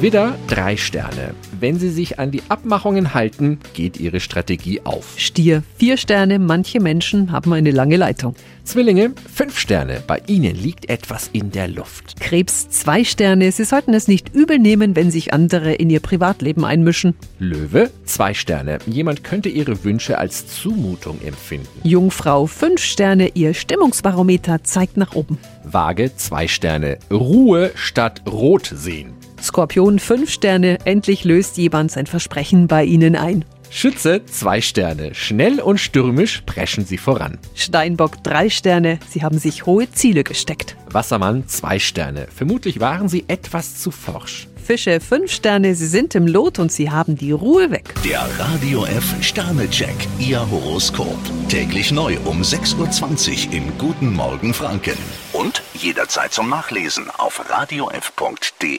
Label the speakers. Speaker 1: Widder, drei Sterne. Wenn Sie sich an die Abmachungen halten, geht Ihre Strategie auf.
Speaker 2: Stier, vier Sterne, manche Menschen haben eine lange Leitung.
Speaker 1: Zwillinge, fünf Sterne. Bei Ihnen liegt etwas in der Luft.
Speaker 2: Krebs, zwei Sterne, Sie sollten es nicht übel nehmen, wenn sich andere in Ihr Privatleben einmischen.
Speaker 1: Löwe, zwei Sterne. Jemand könnte Ihre Wünsche als Zumutung empfinden.
Speaker 2: Jungfrau, fünf Sterne, Ihr Stimmungsbarometer zeigt nach oben.
Speaker 1: Waage, zwei Sterne. Ruhe statt Rot sehen.
Speaker 2: Skorpion, fünf Sterne, endlich löst jemand sein Versprechen bei Ihnen ein.
Speaker 1: Schütze, zwei Sterne. Schnell und stürmisch preschen Sie voran.
Speaker 2: Steinbock, drei Sterne, Sie haben sich hohe Ziele gesteckt.
Speaker 1: Wassermann, zwei Sterne. Vermutlich waren Sie etwas zu forsch.
Speaker 2: Fische, fünf Sterne, Sie sind im Lot und Sie haben die Ruhe weg.
Speaker 3: Der Radio F Sternecheck, Ihr Horoskop. Täglich neu um 6.20 Uhr im Guten Morgen Franken. Und jederzeit zum Nachlesen auf radiof.de.